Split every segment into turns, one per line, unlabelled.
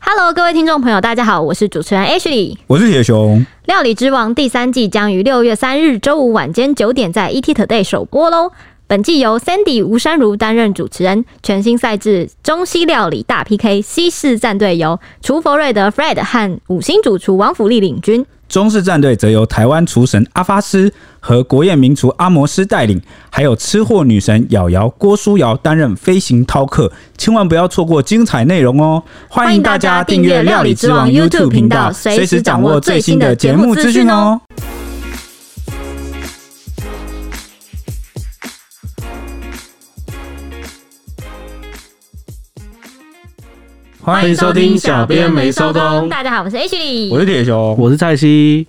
Hello，各位听众朋友，大家好，我是主持人 Ashley。
我是铁熊，
《料理之王》第三季将于六月三日周五晚间九点在 ET Today 首播喽。本季由 Sandy 吴山如担任主持人，全新赛制中西料理大 PK 西式战队由厨佛瑞德 Fred 和五星主厨王福利领军。
中式战队则由台湾厨神阿发师和国宴名厨阿摩斯带领，还有吃货女神瑶瑶郭书瑶担任飞行饕客，千万不要错过精彩内容哦！欢迎大家订阅《料理之王》YouTube 频道，随时掌握最新的节目资讯哦。欢迎收听，小编没收工。
大家好，我是 H 李，
我是铁熊，
我是蔡西，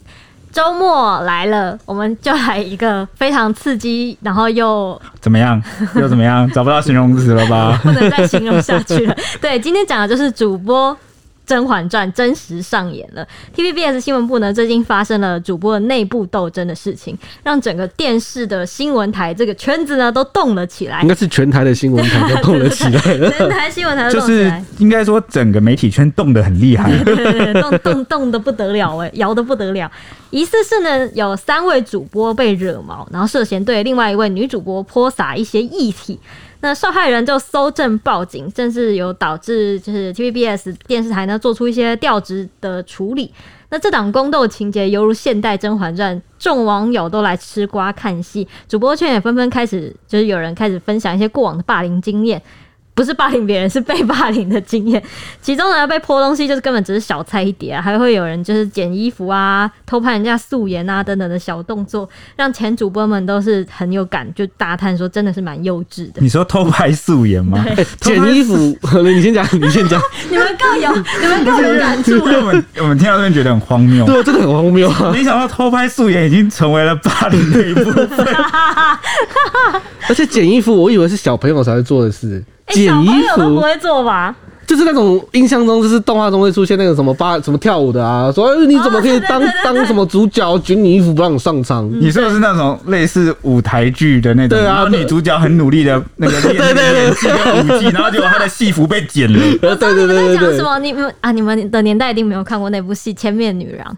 周末来了，我们就来一个非常刺激，然后又
怎么样？又怎么样？找不到形容词了吧？
不能再形容下去了。 对，今天讲的就是主播《甄嬛传》真实上演了。TVBS 新闻部呢，最近发生了主播的内部斗争的事情，让整个电视的新闻台这个圈子呢都动了起来
应。该是全台的新闻台都动了起 来了。
全台新闻台都
嗯就
动起
是
来，
应该说整个媒体圈动得很厉害。
对动动动的不得了哎、摇的不得了。疑似是呢，有三位主播被惹毛，然后涉嫌对另外一位女主播泼洒一些液体。那受害人就搜证报警，甚至有导致就是 TVBS 电视台呢做出一些调职的处理。那这档宫斗情节犹如现代《甄嬛传》，众网友都来吃瓜看戏，主播圈也纷纷开始，就是有人开始分享一些过往的霸凌经验，不是霸凌别人，是被霸凌的经验。其中呢，被泼东西就是根本只是小菜一碟、啊，还会有人就是捡衣服啊、偷拍人家素颜啊等等的小动作，让前主播们都是很有感，就大叹说真的是蛮幼稚的。
你说偷拍素颜吗？
哎捡衣服，你先讲，你先讲。
你们更 有，你们更有感触。
我们我们听到这边觉得很荒谬。
对啊，真的很荒谬啊！
没想到偷拍素颜已经成为了霸凌的一部分。
而且捡衣服，我以为是小朋友才会做的事。
哎
捡
小朋
衣
友都不
服
会做吧？
就是那种印象中，就是动画中会出现那个什么八什么跳舞的啊，说哎你怎么可
哦
以当当什么主角，举你衣服不让你上场。
嗯
你说的是那种类似舞台剧的那种，
对啊
然后女主角很努力的那个练
对对对
演技跟舞技，然后结果她的戏服被剪了。
对呃对
你
对
们在
对
讲
对
什，么？你们啊，你们的年代一定没有看过那部戏《千面女郎》。哦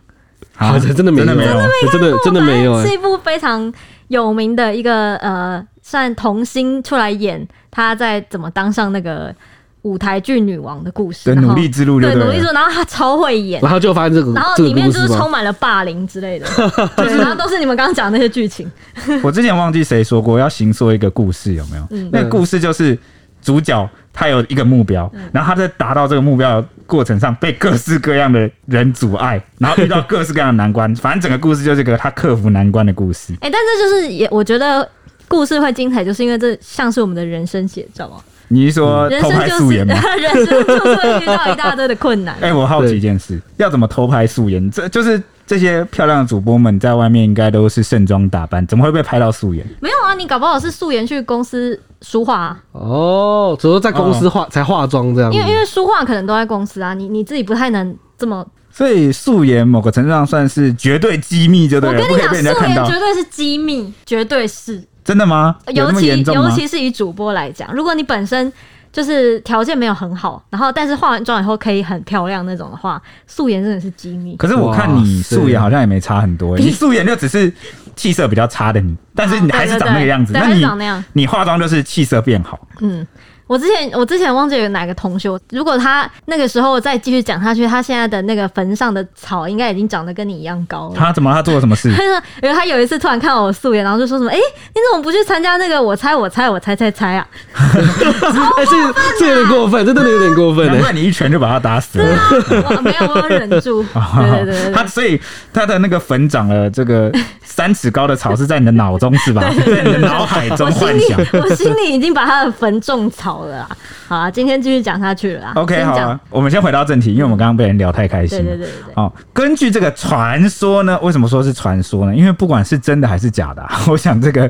啊真的没有
真的没有。
真的真的没有
是
哎，
一部非常有名的一个呃，算童星出来演她在怎么当上那个舞台剧女王的故事，
的
然后
努力之路就
对努力
对
之
了，
后，然后她超会演。
然后就发现这个
然后
这
里
个
面
故
就
事
是充
吗？
满了霸凌之 类的，对，然后都是你们刚刚讲的那些剧情，
我之前忘记谁说过要行说一个故事，有没有？
嗯
那个故事就是主角他有一个目标，
嗯
然后他在达到这个目标的过程上被各式各样的人阻碍，然后遇到各式各样的难关。反正整个故事就是一个他克服难关的故事。
哎、但是就是也我觉得故事会精彩，就是因为这像是我们的人生写照啊，
你是说
人
偷
生
拍
就
素
是
颜吗？
人生就是会遇到一大堆的困难，
哎、我好奇一件事，要怎么偷拍素颜？这就是这些漂亮的主播们在外面应该都是盛装打扮，怎么会被拍到素颜？
没有啊，你搞不好是素颜去公司梳化、啊，
哦，只是在公司化才化妆这样子
因为因为书画可能都在公司啊，你你自己不太能这么。
所以素颜某个程度上算是绝对机密，就对
我
了，
跟
不
你
可以
讲，
被人家
素
看
颜
到
绝。对是机密，绝对是，
真的吗？有
尤
那么
其
严重
尤
吗？
其是以主播来讲，如果你本身就是条件没有很好，然后但是化完妆以后可以很漂亮那种的话，素颜真的是机密。
可是我看你素颜好像也没差很多、
塞
你素颜就只是气色比较差的你，但是你还是长那个样
啊
子。
对对对对还是
那
长
你
那样。
你化妆就是气色变好，
嗯，我之前我之前忘记有哪个同学，如果他那个时候再继续讲下去，他现在的那个坟上的草应该已经长得跟你一样高了。
他怎么他做了什么事？
他说， 因为他有一次突然看到我素颜，然后就说什么：“哎、你怎么不去参加那个我猜我猜我猜猜猜啊？”
哎，
哦
这这有点过分，这真的有点过分
难
哎。
怪你一拳就把他打死了。
我哦没有，我有忍 住。啊对对对对
它
对，
所以它的那个粉长了这个三尺高的草是在你的脑中是吧？在你的脑海中
我心
幻想。
里我 心里已经把他的坟种草了啦。好啊，今天继续讲下去了啦。
OK，
先
好、
讲
啊，我们先回到正题，因为我们刚刚被人聊太开心
对对
了。
对对对，
哦，根据这个传说呢，为什么说是传说呢？因为不管是真的还是假的啊、 我想这个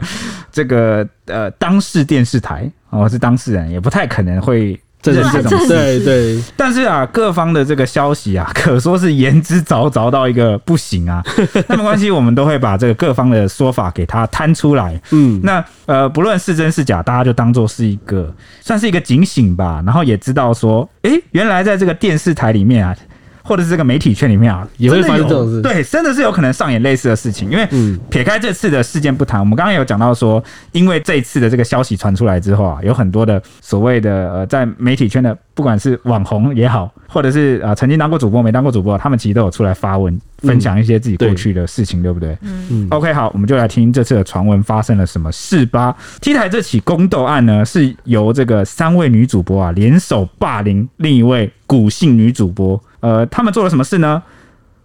这个呃，当事电视台哦是当事人，也不太可能会
正
认这种
事
对对，
但是啊，各方的这个消息啊， 可说是言之凿凿到一个不行 啊。那没关系，我们都会把这个各方的说法给它摊出来。
嗯，
那呃，不论是真是假，大家就当做是一个算是一个警醒吧。然后也知道说，诶、原来在这个电视台里面啊，或者是这个媒体圈里面啊，
也会
真的
发生
有
这种事
对，真的是有可能上演类似的事情。因为
嗯
撇开这次的事件不谈，我们刚刚有讲到说，因为这一次的这个消息传出来之后啊，有很多的所谓的呃，在媒体圈的，不管是网红也好，或者是啊、呃曾经当过主播没当过主播，他们其实都有出来发文，分享一些自己过
对
去的事情，对不对？
嗯
OK，好，我们就来听这次的传闻发生了什么事吧。T 台这起宫斗案呢，是由这个三位女主播啊联手霸凌另一位古姓女主播。呃，他们做了什么事呢？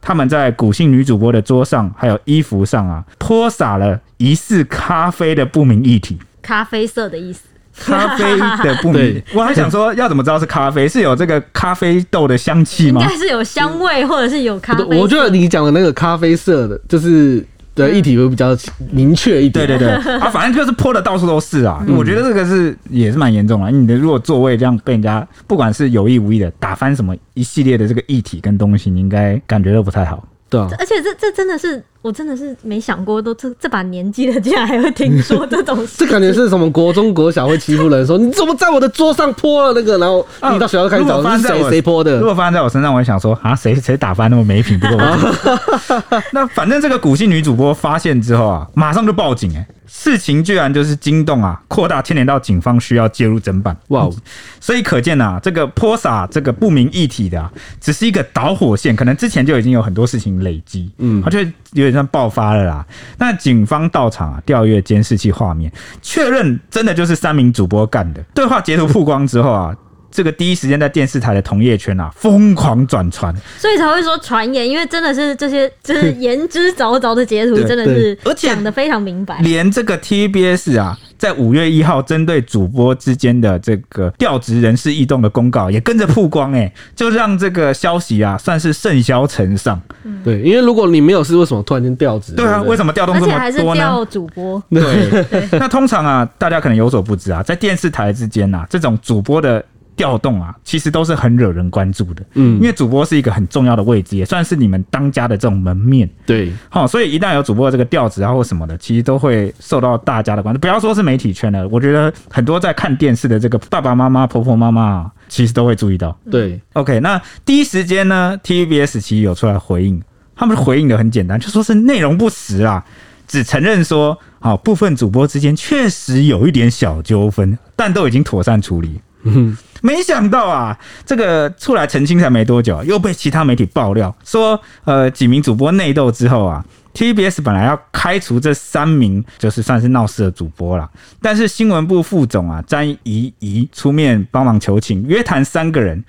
他们在古姓女主播的桌上还有衣服上啊，泼洒了疑似咖啡的不明液体。
咖啡色的意思。
咖啡的 不明
对，
我还想说，要怎么知道是咖啡？是有这个咖啡豆的香气
应
吗？
该是有香味，或者是有咖
不
啡。
对我觉得你讲的那个咖啡色的，就是的议题会比较明确一 点。
对对对， 啊，反正就是泼的到处都是啊。我觉得这个是也是蛮严重的，啊你的如果座位这样被人家，不管是有意无意的打翻什么一系列的这个议题跟东西，你应该感觉都不太好。
对啊，
而且这这真的是，我真的是没想过，都这这把年纪了，竟然还会听说这种事。
这感觉是什么国中国小会欺负人，说你怎么在我的桌上泼了那个，然后你到学校开
啊如
始
果
找
发生
是
在
谁
我
谁
如
泼的。
果发生在我身上，我会想说啊，谁谁打翻那么没品，不过我。 那反正这个古姓女主播发现之后啊，马上就报警、欸，事情居然就是惊动啊，扩大牵连到警方需要介入侦办。
哇哦，
所以可见啊，这个泼洒这个不明液体的、啊，只是一个导火线，可能之前就已经有很多事情累积，嗯，它就有点像爆发了啦。那警方到场啊，调阅监视器画面，确认真的就是三名主播干的。对话截图曝光之后啊。这个第一时间在电视台的同业圈啊，疯狂转传，
所以才会说传言，因为真的是这些就是言之凿凿的截图，
对
真的是
对而且
讲的非常明白。
连这个 TBS 啊，在五月一号针对主播之间的这个调职人事异动的公告也跟着曝光、哎， 就让这个消息啊，算是盛嚣尘上。
对，因为如果你没有事，为什么突然间调职？
对啊，为什么调动
而
这
且还
么
是
多呢？
调主播，
对， 那通常啊，大家可能有所不知啊，在电视台之间啊，这种主播的调动啊，其实都是很惹人关注的。
嗯
因为主播是一个很重要的位置，也算是你们当家的这种门面。
对，
好，所以一旦有主播这个调子啊或什么的，其实都会受到大家的关注。不要说是媒体圈了，我觉得很多在看电视的这个爸爸妈妈、婆婆妈妈啊，其实都会注意到。
对，
OK，那第一时间呢，TVBS 其实有出来回应，他们回应的很简单，就说是内容不实啦，只承认说，好、部分主播之间确实有一点小纠纷，但都已经妥善处理。
嗯，
没想到啊，这个出来澄清才没多久啊，又被其他媒体爆料说，呃，几名主播内斗之后啊，TBS 本来要开除这三名就是算是闹事的主播啦，但是新闻部副总啊詹怡怡出面帮忙求情，约谈三个人。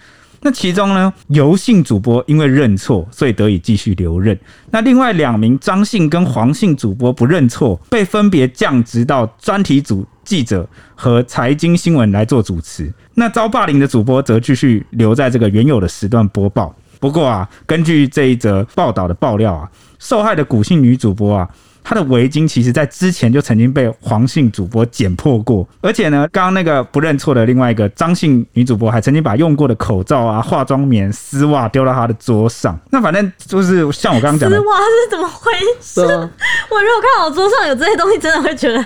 那其中呢，游姓主播因为认错，所以得以继续留任。那另外两名张姓跟黄姓主播不认错，被分别降职到专题组记者和财经新闻来做主持。那遭霸凌的主播则继续留在这个原有的时段播报。不过啊，根据这一则报道的爆料啊，受害的古姓女主播啊。她的围巾其实在之前就曾经被黄姓主播剪破过，而且呢，刚刚那个不认错的另外一个张姓女主播还曾经把用过的口罩啊、化妆棉、丝袜丢到她的桌上。那反正就是像我刚刚
丝
讲的，
袜是怎么回事？
对啊，
我如果看我桌上有这些东西，真的会觉得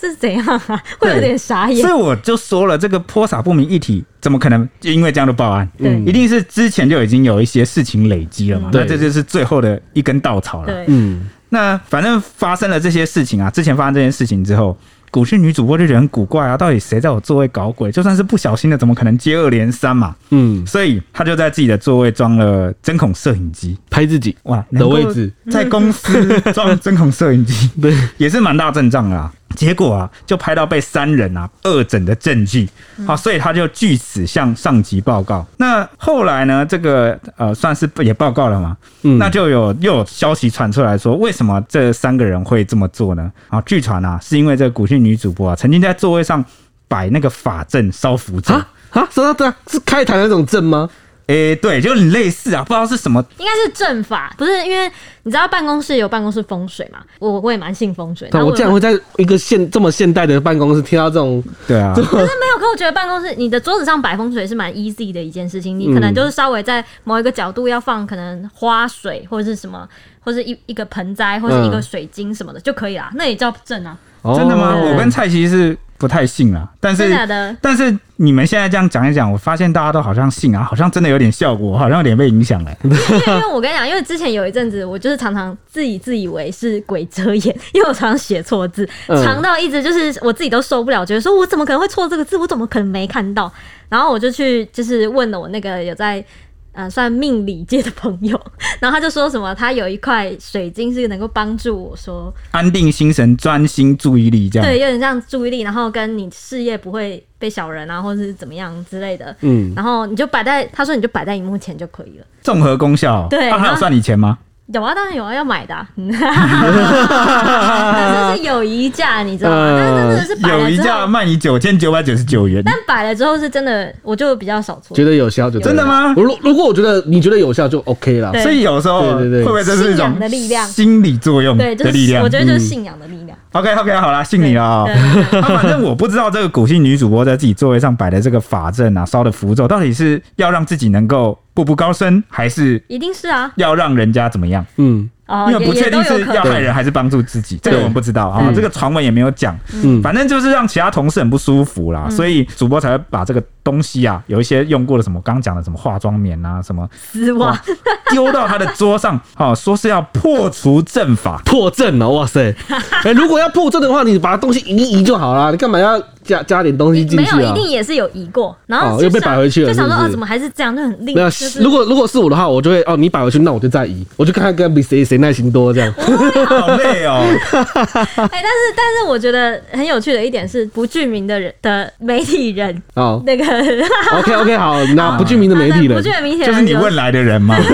是怎样啊？会有点傻眼
所以。我就说了，这个泼洒不明一体，怎么可能因为这样就报案？
对
一定是之前就已经有一些事情累积了嘛，
对
那这就是最后的一根稻草了。
对，
嗯，
那反正发生了这些事情啊，之前发生这件事情之后，古训女主播就觉得很古怪啊，到底谁在我座位搞鬼？就算是不小心的，怎么可能接二连三嘛？
嗯，
所以她就在自己的座位装了针孔摄影机，
拍自己
哇，
的位置，
在公 司装针孔摄影机，
对，
也是蛮大阵仗啦。结果啊，就拍到被三人啊恶整的证据，好、所以他就据此向上级报告。那后来呢，这个呃算是也报告了嘛，
嗯
那就有又有消息传出来说，为什么这三个人会这么做呢？啊，据传啊，是因为这个古姓女主播啊，曾经在座位上摆那个法阵烧符咒。
啊啊啊，是啊，对啊，是开坛那种证吗？
诶、对，就很类似啊，不知道是什么
应该是阵法，不是因为你知道办公室有办公室风水嘛？我我也蛮信风水，
但我
也
竟然会在一个现这么现代的办公室听到这种，
对啊，
没有，可我觉得办公室你的桌子上摆风水是蛮 easy 的一件事情，你可能就是稍微在某一个角度要放可能花水或者是什么，或是一一个盆栽或是一个水晶什么的、就可以啦，那也叫正啊。
真的吗？
哦
我跟蔡奇是不太信啊，但是
真的假的
但是你们现在这样讲一讲，我发现大家都好像信啊，好像真的有点效果，好像有点被影响了。
因为因为我跟你讲，因为之前有一阵子我就是常常自己自以为是鬼遮眼，因为我常常写错字，
嗯
长到一直就是我自己都受不了，觉得说我怎么可能会错这个字，我怎么可能没看到？然后我就去就是问了我那个有在。呃，算命理界的朋友， 然后他就说什么，他有一块水晶是能够帮助我说，
安定心神，专心注意力这样。
对，有点像注意力，然后跟你事业不会被小人啊，或者是怎么样之类的，
嗯，
然后你就摆在，他说你就摆在荧幕前就可以了。
综合功效。
对
啊、还
然
有
后
算你钱吗？
有啊，当然有啊，要买 的、啊，这是友谊价，你知道吗？
呃
但是真的是摆
有
了
一
之
架
后，
卖你九千九百九十九元，
但摆了之后是真的，我就比较少错
觉。得有效就对了
真的吗
我如如果我觉得你觉得有效就 OK 啦。
对
所以有时候
对对对
会不会这是一
信
种
仰的力量
心理作
嗯
用
对，就
的
是
力量？嗯
我觉得就是信仰的力量。
OK OK，好啦，信你了、哦。啊反正我不知道这个古姓女主播在自己座位上摆的这个法阵啊，烧的符咒，到底是要让自己能够步步高升，还是
一定是啊，
要让人家怎么样？
嗯
哦，
因为
也
不确
也都
定
有
是
可
要
能。
害人还是帮助自己，这个我们不知道啊、
嗯
这个传闻也没有讲，
嗯，
反正就是让其他同事很不舒服
嗯
啦，所以主播才会把这个东西啊，有一些用过的什么刚讲的什么化妆棉啊，什么
丝袜，
丢到他的桌上，哦，说是要破除阵 法。
破阵啊了，哇塞！哎，如果要破阵的话，你把东西移一移就好啊啦，你干嘛要加加点东西进
没
去
有，一
啊？
定也是有移过，然
哦
后就
又被
想
摆回去了
就想说
是不
啊，
是
怎么还是这样，就很令。
那
就是
如果如果是我的话，我就会哦，你摆回去，那我就再移，我就看看跟比谁谁耐心多 这样。
好累哦，
哎，但是但是我觉得很有趣的一点是，不具名的人的媒体人
好
那个，
，OK OK，好，那不具名的媒 体
不
人
具，名的
就是你问来的人 嘛，你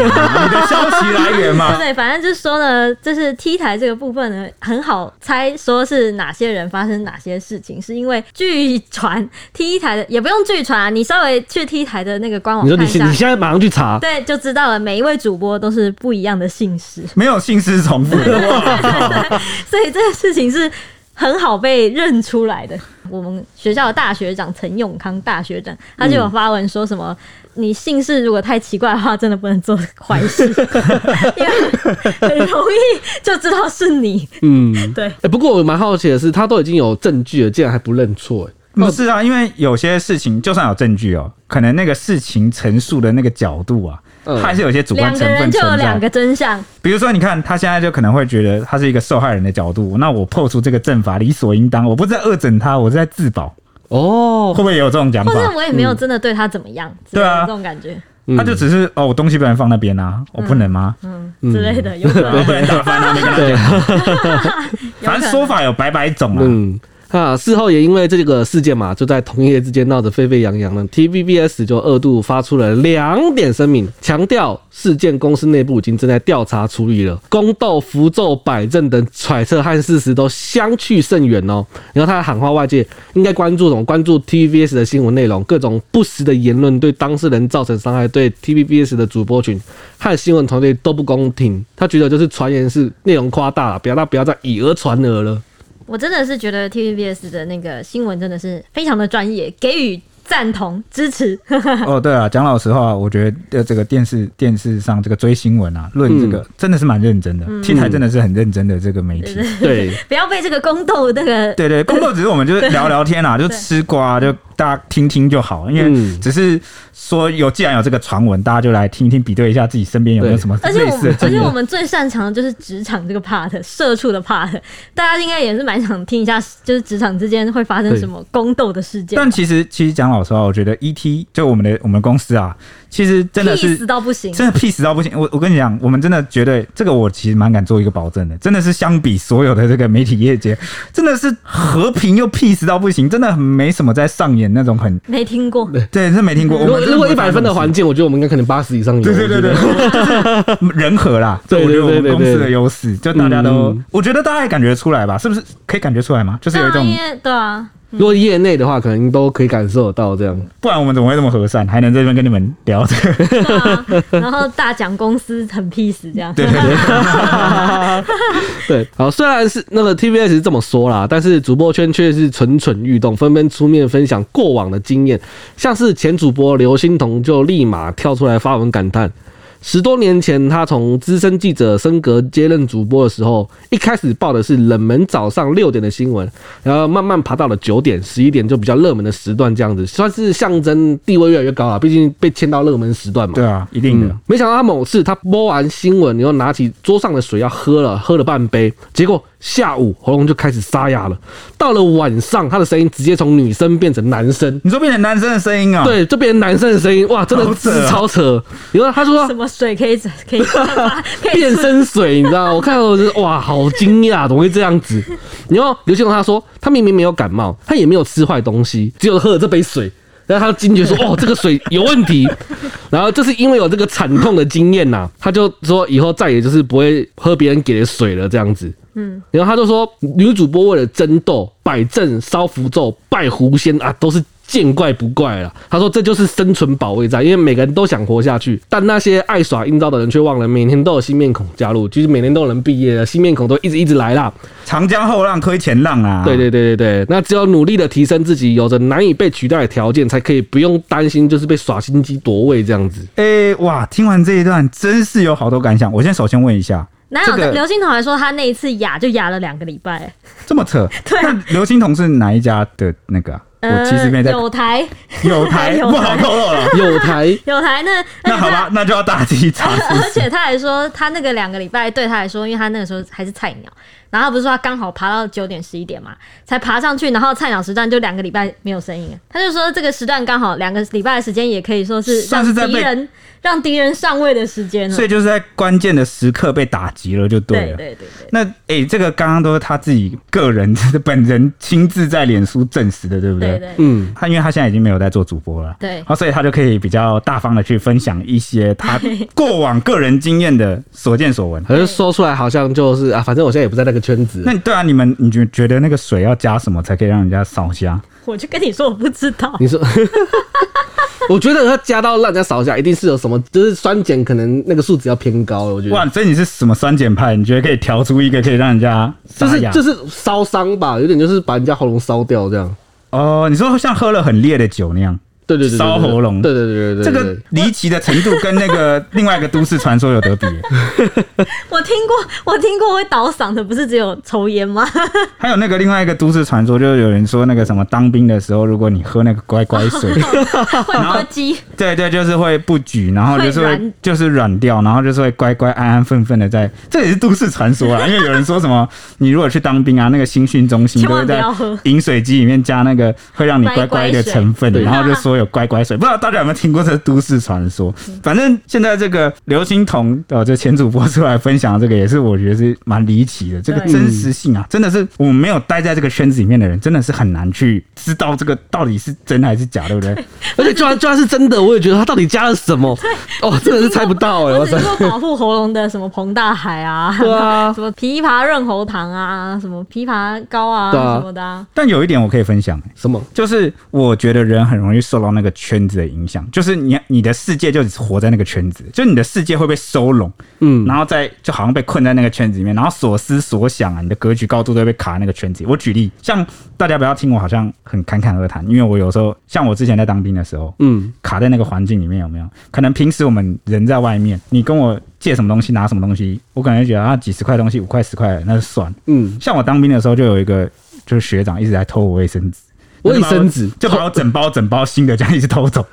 的消息来源
啊
嘛，
对，反正就是说呢，就是 T 台这个部分呢，很好猜说是哪些人发生哪些事情，是因为据传 T 台的也不用据传、啊，你稍微去 T 台的那个官网
你说
看
你
一
现
下
你，现在马上去查，
对，就知道了。每一位主播都是不一样的姓氏，
没有姓氏重复 的哇，
所以这个事情是很好被认出来的。我们学校的大学长陈永康大学长，他就有发文说什么。你姓氏如果太奇怪的话，真的不能做坏 事，因为很容易就知道是你。
嗯。
对，
哎、不过我蛮好奇的是，他都已经有证据了，竟然还不认错、哎，
不是啊，因为有些事情就算有证据哦，可能那个事情陈述的那个角度啊，
嗯
它还是有一些主观
两个
成
人
分
就有
存
两
在。
个真相，
比如说，你看他现在就可能会觉得他是一个受害人的角度，那我破除这个阵法理所应当，我不是在恶整他，我是在自保，会
哦，
不会也有这种讲
或
法？
者我也没有真的对他怎么样，之类
对
的
啊
这种感觉，
嗯
他就只是哦，我东西不能放那边啊，我不能吗？
嗯之类的， 有可
我
能
不。能打翻啊，没跟他讲。
有可能
反正说法有百百种啊。
嗯。啊，事后也因为这个事件嘛，就在同业之间闹得沸沸扬扬了。TVBS 就二度发出了两点声明，强调事件公司内部已经正在调查处理了，宫斗、符咒、摆阵等揣测和事实都相去甚远哦。然后他还喊话外界应该关注什么？关注 TVBS 的新闻内容，各种不实的言论对当事人造成伤害，对 TVBS 的主播群和新闻团队都不公平。他觉得就是传言是内容夸大了，不要那不要再以讹传讹了。
我真的是觉得 TVBS 的那个新闻真的是非常的专业，给予赞同支持。
哦，对啊，讲老实话，我觉得呃这个电视电视上这个追新闻啊，论这
嗯
个真的是蛮认真的，T 台真的是很认真的这个媒体。
对，
不要被这个宫斗那个
对对，工作只是我们就是聊聊天 啊，就吃瓜，就大家听听就好，因为
嗯
只是说有既然有这个传闻，大家就来听一听，比对一下自己身边有没有
对
什么
而且
类
我
似的
们，而
证
且
据
我。们最擅长的就是职场这个 part，社畜的 part，大家应该也是蛮想听一下，就是职场之间会发生
对
什么宫斗的事件吧。
但其实，其实讲老实话，我觉得 ET 就我们的我们公司啊，其实真的是
屁死到不行，
真的 peace 到不行。我我跟你讲，我们真的绝对这个，我其实蛮敢做一个保证的，真的是相比所有的这个媒体业界，真的是和平又 peace 到不行，真的很没什么在上演那种很
没听 过。
对，真的没听过。我
如果
们
如果一百分的
环。
环境，我觉得我们应该可能八十以上有。
对对对对，
我觉得
就是人和啦，这我觉得我们公司的优势，就大家都
嗯，
我觉得大家也感觉出来吧，是不是？可以感觉出来吗？就是有一
对啊，
种
因为对啊，
如果业内的话，可能都可以感受得到这样。
不然我们怎么会这么和善，还能在这边跟你们聊这个？
对啊，然后大奖公司很 peace 这样，
对对对，
对，好，虽然是那个 TVS 是这么说啦，但是主播圈却是蠢蠢欲动，纷纷出面分享过往的经验，像是前主播刘欣彤就立马跳出来发文感叹。十多年前，他从资深记者升格接任主播的时候，一开始报的是冷门早上六点的新闻，然后慢慢爬到了九点、十一点就比较热门的时段，这样子算是象征地位越来越高啊，毕竟被签到热门时段嘛。
对啊，一定的
嗯。没想到他某次他播完新闻，然后拿起桌上的水要喝了，喝了半杯，结果下午喉咙就开始沙哑了。到了晚上，他的声音直接从女生变成男生。
你说变成男生的声音啊？，
对，就变成男生的声音，哇，真的
好扯
是
啊
超扯。然后他 说
什么水可以可以 可以
变身水，你知道吗？我看到我就是哇，好惊讶，怎么会这样子？然后刘庆龙他说，他明明没有感冒，他也没有吃坏东西，只有喝了这杯水。然后他惊觉说：“哦，这个水有问题。” 然后就是因为有这个惨痛的经验呐、他就说以后再也就是不会喝别人给的水了，这样子。嗯，然后他就说，女主播为了争斗、摆正、烧符咒、拜狐仙啊，都是见怪不怪了。他说这就是生存保卫战，因为每个人都想活下去，但那些爱耍阴招的人却忘了，每天都有新面孔加入，就是每年都有人毕业了，新面孔都一直一直来啦。
长江后浪推前浪啊！
对对对对对，那只有努力的提升自己，有着难以被取代的条件，才可以不用担心就是被耍心机夺位这样子。
诶、哇！听完这一段，真是有好多感想。我先首先问一下，
哪有
这个
刘欣彤还说他那一次哑就哑了两个礼拜？
这么扯，
对啊呃
那刘欣彤是哪一家的那个、啊？我其实没在
有台
有台，
有台
不好透露了。
有台
有台那
那好吧，那就要大击查 是不
而
是。
且他还说，他那个两个礼拜对他来说，因为他那个时候还是菜鸟，然后他不是说他刚好爬到九点十一点嘛，才爬上去，然后菜鸟时段就两个礼拜没有声音，他就说这个时段刚好两个礼拜的时间，也可以说是
算
让
是在
敌
被
人让敌人上位的时间了
所。以就是在关键的时刻被打击了，就对
嗯对
了。
对对对，
那诶、这个刚刚都是他自己个人本人亲自在脸书证实的，对不
对对
嗯，
他因为他现在已经没有在做主播了，
对
啊，所以他就可以比较大方的去分享一 些他过往个人经验的所见所闻。
可是说出来好像就是啊，反正我现在也不在那个圈子。
那你对啊，你们你觉觉得那个水要加什么才可以让人家扫虾？
我就跟你说我不知道，
你说， 我觉得它加到让人家扫一下，一定是有什么，就是酸碱可能那个数值要偏高了。我觉得
哇，所以你是什么酸碱派？你觉得可以调出一个可以让人家
就
沙
是
哑？
就是烧伤吧，有点就是把人家喉咙烧掉这样。
哦，你说像喝了很烈的酒那样，
对对对，对对
烧喉咙
对对对对对，
这
对
个离奇的程度跟那个 另外一个都市传说有得比耶。
我听过我听过会倒嗓的不是只有抽烟 吗？
还有那个另外一个都市传说，就是有人说那个什么当兵的时候，如果你喝那个乖乖水，
会喝鸡，
对对，就是会不举，然后就是
会
会
软
就是软掉，然后就是会乖乖安安分分的在，这也是都市传说啊。因为有人说什么，你如果去当兵啊，那个新训中心
千
都
万
会在
不要喝
饮水机里面加那个会让你乖乖的成分，
乖乖水
然后就说有乖乖水。不知道大家有没有听过这个都市传说？反正现在这个刘欣彤哦，就前主播出来分享的这个，也是我觉得是蛮离奇的，这个
对
真实性啊，真的是我们没有待在这个圈子里面的人，真的是很难去知道这个到底是真还是假，对 不对？
而且就算就算是真的，我也觉得它到底加了什 么？哦，真的是猜不到
欸
哎，
我
我
只
操
是！说保护喉咙的什么彭大海啊，
对啊
什，么枇杷润喉糖啊，什么枇杷膏啊，
对啊
什么的、啊。
但有一点我可以分享、
什么？
就是我觉得人很容易受到那个圈子的影响，就是你你的世界就只活在那个圈子，就你的世界会被收拢，
嗯，
然后再就好像被困在那个圈子里面，然后所思所想啊，你的格局高度都会被卡在那个圈子里。我举例，像大家不要听我好像很侃侃而谈，因为我有时候像我之前在当兵的时候，
嗯，
卡在那个环境里面有没有？可能平时我们人在外面，你跟我借什么东西拿什么东西，我可能会觉得啊几十块东西五块十块那就算了。
嗯，
像我当兵的时候就有一个就是学长一直在偷我卫生纸。
卫生纸
就把我整包整包新的这样一直偷 走。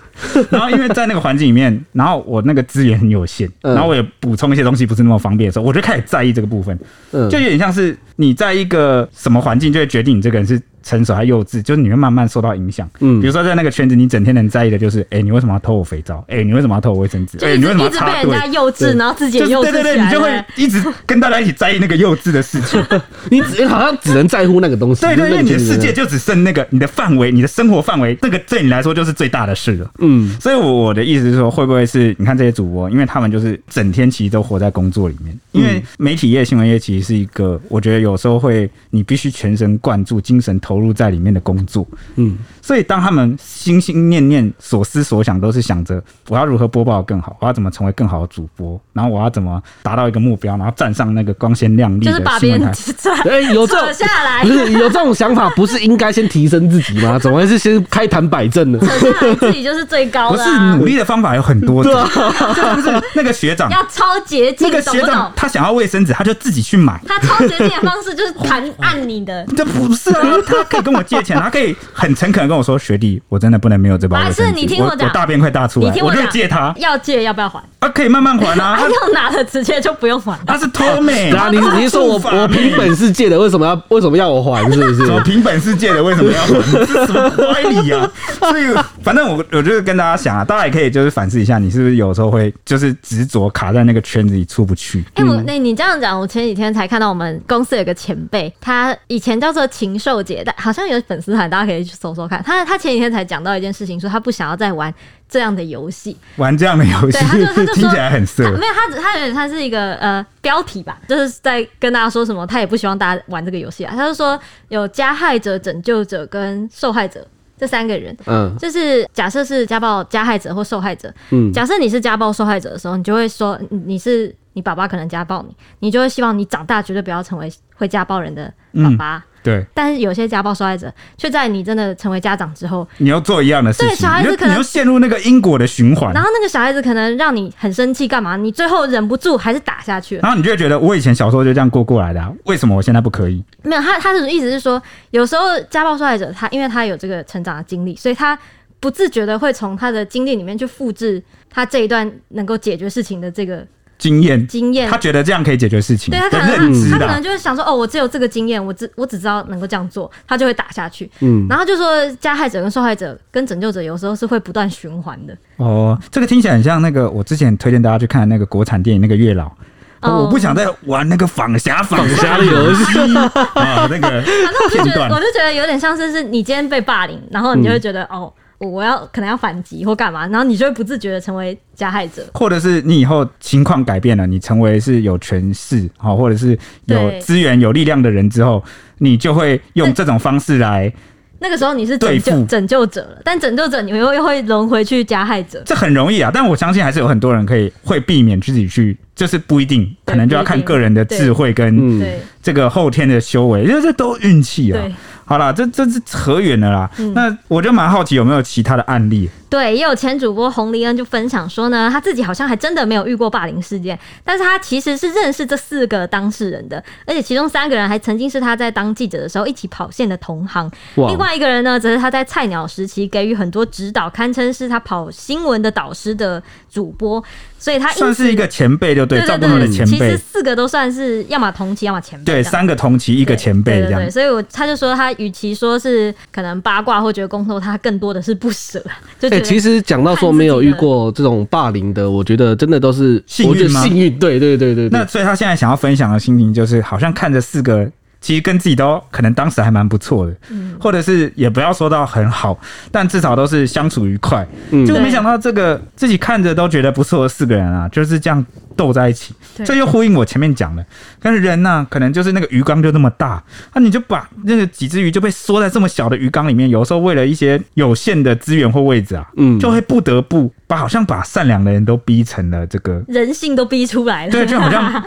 然后因为在那个环境里面，然后我那个资源很有限，
嗯
然后我也补充一些东西不是那么方便的时候，我就开始在意这个部分，
嗯
就有点像是你在一个什么环境，就会决定你这个人是成熟还是幼稚，就是你会慢慢受到影响。
嗯
比如说在那个圈子，你整天能在意的就是，哎，你为什么要偷我肥皂？
嗯
哎，你为什么要偷我卫生纸？
就
哎，
一
你
直
为
一
什么要
直被
插
人
队？
家幼
对
稚，然后自己也
就是
幼
对
稚
对
起
对，
来
你就会
了。
一直跟大家一起在意那个幼稚的事情。
你只好像只能在乎那个东西，
对
就
对，
是
因
那
为你
个啊
的
圈子
世界就只剩那个你的范围，你的生活范围，那个对你来说就是最大的事了。
嗯，
所以，我我的意思是说，会不会是你看这些主播，因为他们就是整天其实都活在工作里面，
嗯
因为媒体业、新闻业其实是一个，我觉得有时候会你必须全神贯注、精神投投入在里面的工作。
嗯，
所以，当他们心心念念、所思所想，都是想着我要如何播报得更好，我要怎么成为更好的主播，然后我要怎么达到一个目标，然后站上那个光鲜亮丽
就是
的
把
新
别
闻
人
台。
扯
哎、有这
扯
种
下来
不，是有这种想法，不是应该先提升自己吗？怎么会是先开盘摆正呢？
扯下来自己就是最高
不
的
是
啊、
努力的方法有很多种，就不是那个学长，
要超捷
那
径，
个
懂
学
不
长
懂？
他想要卫生纸，他就自己去买。
他超捷径的方式就是弹按你 的，
这不是 啊，他可以跟我借钱，他可以很诚恳地跟我说：“学弟，我真的不能没有这包卫
还是
生纸，
你听
我
我讲
大便快大出来，
你听我
就
讲，哎
借他
要借要不要还？
啊，可以慢慢还啊。
他要拿了直接就不用还了。
他是偷美，
对啊，你你是说我我凭本事借的，为什么要为 什么要我还？是不是
什？么凭本事借的，为什么要还？这是什么歪理啊？所以反正我我就是跟大家想啊，大家也可以就是反思一下，你是不是有时候会就是执着卡在那个圈子里出不去？
哎、我那、你这样讲，我前几天才看到我们公司有个前辈，他以前叫做禽兽姐，但好像有粉丝团，大家可以去搜搜看。他他前几天才讲到一件事情，说他不想要再玩这样的游戏，
玩这样的游戏
对，他 就他就
听
说啊
起来很色
他。没有，他只他有点像是一个呃标题吧，就是在跟大家说什么，他也不希望大家玩这个游戏啊。他就说有加害者、拯救者跟受害者这三个人，
嗯
就是假设是家暴加害者或受害者，
嗯
假设你是家暴受害者的时候，你就会说你你是你爸爸可能家暴你，你就会希望你长大绝对不要成为会家暴人的爸爸。
对，
但是有些家暴受害者却在你真的成为家长之后，
你要做一样的事
对
情
小，孩
你
子
就
可能
你又陷入那个因果的循环
然。后那个小孩子可能让你很生气，干嘛？你最后忍不住还是打下去了。
然后你就会觉得，我以前小时候就这样过过来的、啊，为什么我现在不可以？
没有，他他的意思是说，有时候家暴受害者他因为他有这个成长的经历，所以他不自觉的会从他的经历里面去复制他这一段能够解决事情的这个
经验，
经验
他。觉得这样可以解决事情
对
的
他可
认
能
知
他可
的啊
能。就是想说，哦，我只有这个经验，我只我只知道能够这样做，他就会打下去。
嗯，
然后就说加害者跟受害者跟拯救者有时候是会不断循环的。
哦，这个听起来很像那个我之前推荐大家去看那个国产电影那个月老。
哦
我不想再玩那个仿侠仿侠的 游戏啊，那个
反正我就
片
觉得，我
段。嗯
就觉得有点像是是你今天被霸凌，然后你就会觉得，哦，我我要可能要反击或干嘛，然后你就会不自觉的成为加害者。
或者是你以后情况改变了，你成为是有权势好，或者是有
对
资源、有力量的人之后，你就会用
对
这种方式来，
那个时候你是
对
拯
付
救拯救者了，但拯救者你又又会轮回去加害者。
这很容易啊。但我相信还是有很多人可以会避免自己去，就是不一定，可能就要
不一定
看个人的智
对
慧跟
嗯
对
这个后天的修为，因为这都运气啊
对。嗯
好啦，这这是扯远了啦。那我就蛮好奇有没有其他的案例，
对，也有前主播洪黎恩就分享说呢，他自己好像还真的没有遇过霸凌事件，但是他其实是认识这四个当事人的，而且其中三个人还曾经是他在当记者的时候一起跑线的同行，
哇
另外一个人呢，则是他在菜鸟时期给予很多指导，堪称是他跑新闻的导师的主播，所以啊他因
算是一个前辈就对，
对
赵
对
工头的
对，
前
其实
辈，
四个都算是要么同期，要么前辈这
对，
样，
三个同期一个前辈
对
这
对对，
样。
所以我他就说他与其说是可能八卦或觉得宫斗，他更多的是不舍，就觉
哎、
得、
其实讲到说没有遇过这种霸凌的，我觉得真的都是
幸运
我觉得
吗
幸运，对对对对
那
对，
所以他现在想要分享的心情就是，好像看着四个，其实跟自己都可能当时还蛮不错的，或者是也不要说到很好，但至少都是相处愉快。
嗯
结果没想到这个自己看着都觉得不错的四个人啊，就是这样斗在一起。
对
这又呼应我前面讲的，但是人呢、可能就是那个鱼缸就那么大，那、你就把那个几只鱼就被缩在这么小的鱼缸里面，有时候为了一些有限的资源或位置啊，
嗯
就会不得不把好像把善良的人都逼成了这个
人性都逼出来了。
对，就好 像